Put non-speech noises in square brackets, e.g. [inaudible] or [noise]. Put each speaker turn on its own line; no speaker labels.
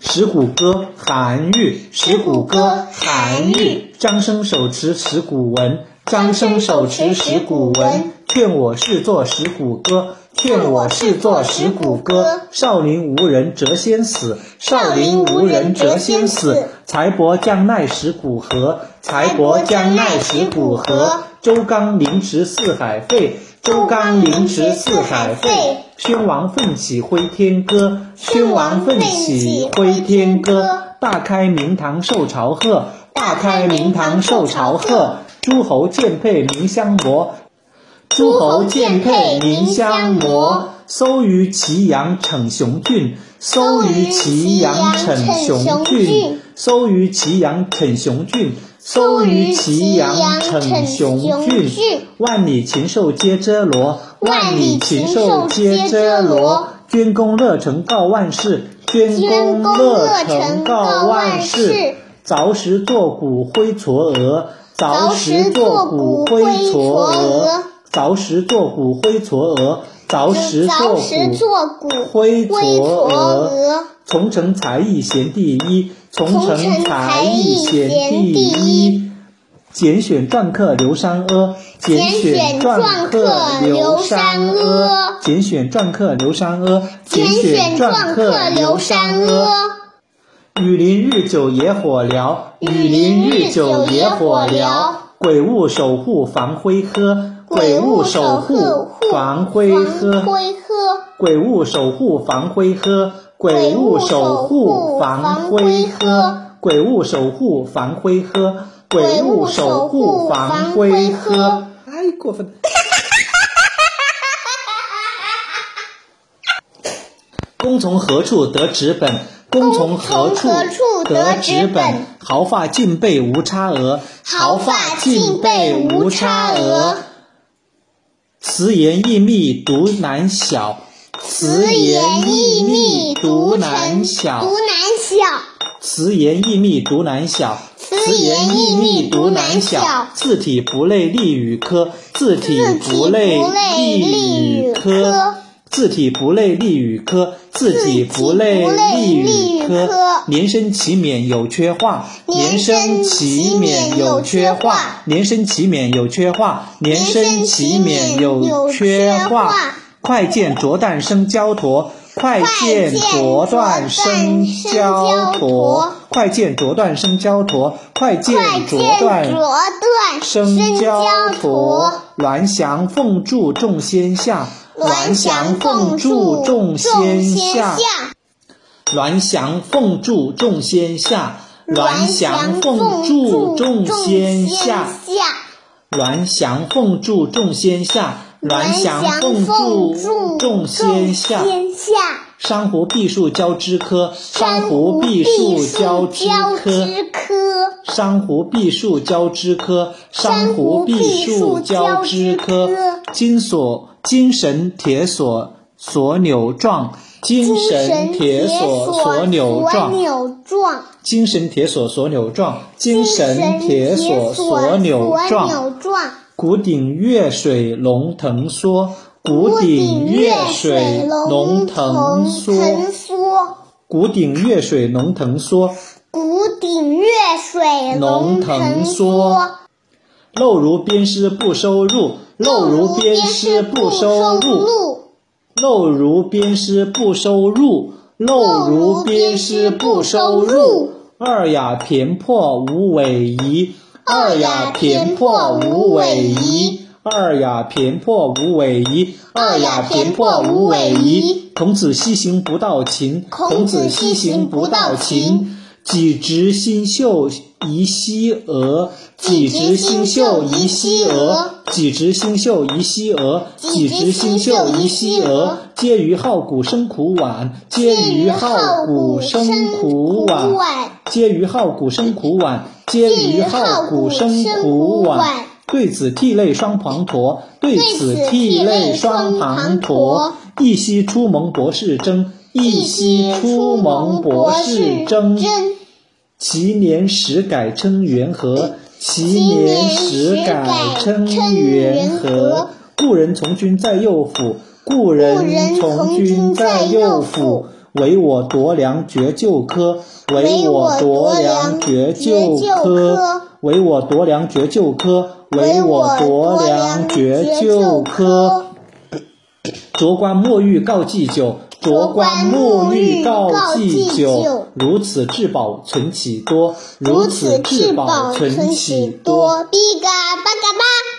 石鼓歌，韩愈；
石鼓歌韩愈。
张生手持石鼓文，张生手持石鼓文。劝我试作石鼓歌，劝我试作石鼓歌。少林无人谪仙死，少林无人谪仙死。财帛将奈石鼓和，财帛将奈石鼓和。周刚凌迟四海废，周刚凌迟四海废。宣王奋起挥天歌，宣王奋起挥天歌。大开明堂受朝贺，大开明堂受朝贺。诸侯剑佩明香磨，诸侯剑佩明香磨。搜于祁阳逞雄郡，搜于祁阳逞雄郡，搜于祁阳逞雄郡。搜于祁阳逞雄郡，万里禽兽皆遮罗。万里禽兽皆遮罗，捐公乐成告万世。捐公乐成告万世。凿石作鼓挥嵯峨，凿石作鼓挥嵯峨，凿石作鼓挥嵯峨，凿石作鼓挥嵯峨。从承才艺贤第一，从承才艺贤第一。拣选篆刻刘山阿，拣选篆刻刘山阿，拣选篆刻刘山阿，
拣
拣
选
选
篆
篆
刻
刻
刘
刘
山
山
阿
阿。。雨林日久野火燎，雨林日久野火燎。鬼物守护防灰喝，鬼
鬼物
物
守
守
护
护
防
防
灰
灰
喝，
喝，
灰喝，
鬼物守护防灰喝，鬼物守护防灰喝，鬼物守护防灰喝，鬼物守护防灰喝。
哎
太过分了！ [laughs] 公从何处得纸本？公从何处得纸本？毫发尽备无差额，
毫发尽备无差额。
词言意密独难晓，
词言意密
独
独
难
难
晓
晓，独难晓。
词言意密独难晓，
词言意密独难晓
字体不类立语科，字体
字体
不类
不类
立
立语
语
科
科，字体不类立语科，字体不类立
立语
语科
科，
连声其免有缺画，
连
连
声
声
其
其
免
免
有
有
缺
缺
画
画，连声其免有缺画，连声其免有缺画。快剑卓断生焦驼，快剑卓断生焦驼，快剑卓断生焦驼，快剑
快剑
卓
着
断
断
生焦
驼
驼。。鸾翔凤柱众仙下，
鸾翔凤
柱
柱
众
仙
仙下，鸾翔凤柱众仙下，
鸾
鸾
翔
翔
凤
凤
柱
柱
众
众
仙
仙
下
下。，鸾翔凤柱众仙下，鸾
鸾
翔
翔
凤
凤
柱
柱
众
众
仙
仙
下
下。。
珊瑚碧树交枝科，珊
珊
瑚
瑚
碧
碧
树
树
交
交
枝
枝
科，
科，
珊瑚碧树交枝科，
珊
珊
瑚
瑚
碧
碧
树
树
交
交
枝
枝
科
科，金锁金绳铁锁锁扭撞，金
精神
绳铁
铁锁
锁
锁
锁
扭
扭
撞，
撞，
扭撞，
金绳铁锁锁扭撞，金绳
神
铁
铁
锁
锁
锁
锁
扭
扭
撞。
撞，
古鼎月水龙腾梭，
古
古
鼎
鼎
月
月
水
水
龙
龙
腾
腾
梭
梭。，古鼎月水龙腾梭，
古鼎月水
龙腾梭。漏如鞭尸不收入，
漏
漏
如
如鞭
鞭
尸
尸
不
不
收
收
入，
入，
漏如鞭尸不收入，漏如鞭尸不收入。二雅骈破无尾夷，
二
二
雅
雅
骈
骈
破
破
无
无
尾
尾
夷
夷，二雅骈破无尾夷，
二
二
雅
雅
骈
骈
破
破
无
无
尾
尾
夷
夷。孔子西行不到秦，
孔
孔
子
子
西
西
行
行
不
不
到
到
秦
秦。几直新秀宜西娥，几
几直
直新
新秀
秀
宜
宜
西
西
娥
娥，几直新秀宜西娥，
几
几
直
直
新
新
秀
秀
宜
宜
西
西
娥
娥。嗟于好古生苦晚，嗟于好古生苦晚，嗟于好古生苦晚，嗟于好古生苦晚。对子涕泪双滂沱，对子涕泪双滂沱。一夕出蒙博士争，一夕出蒙博士争。其年始改称元和，其年始改称元和。故人从军在右府，故人从军在右府。唯我夺梁绝旧科，
唯
我夺
我夺
梁
梁
绝
绝
旧
旧
科
科，
唯我夺梁绝旧科，唯
唯
我
我
夺
夺
梁
梁
绝
绝
旧
旧
科
科。
浊冠莫欲告祭酒，浊冠莫欲告祭酒，如此至宝存其多，
如
此
此
至
至
宝
宝
存
存
其
其
多。
多。比嘎巴嘎巴。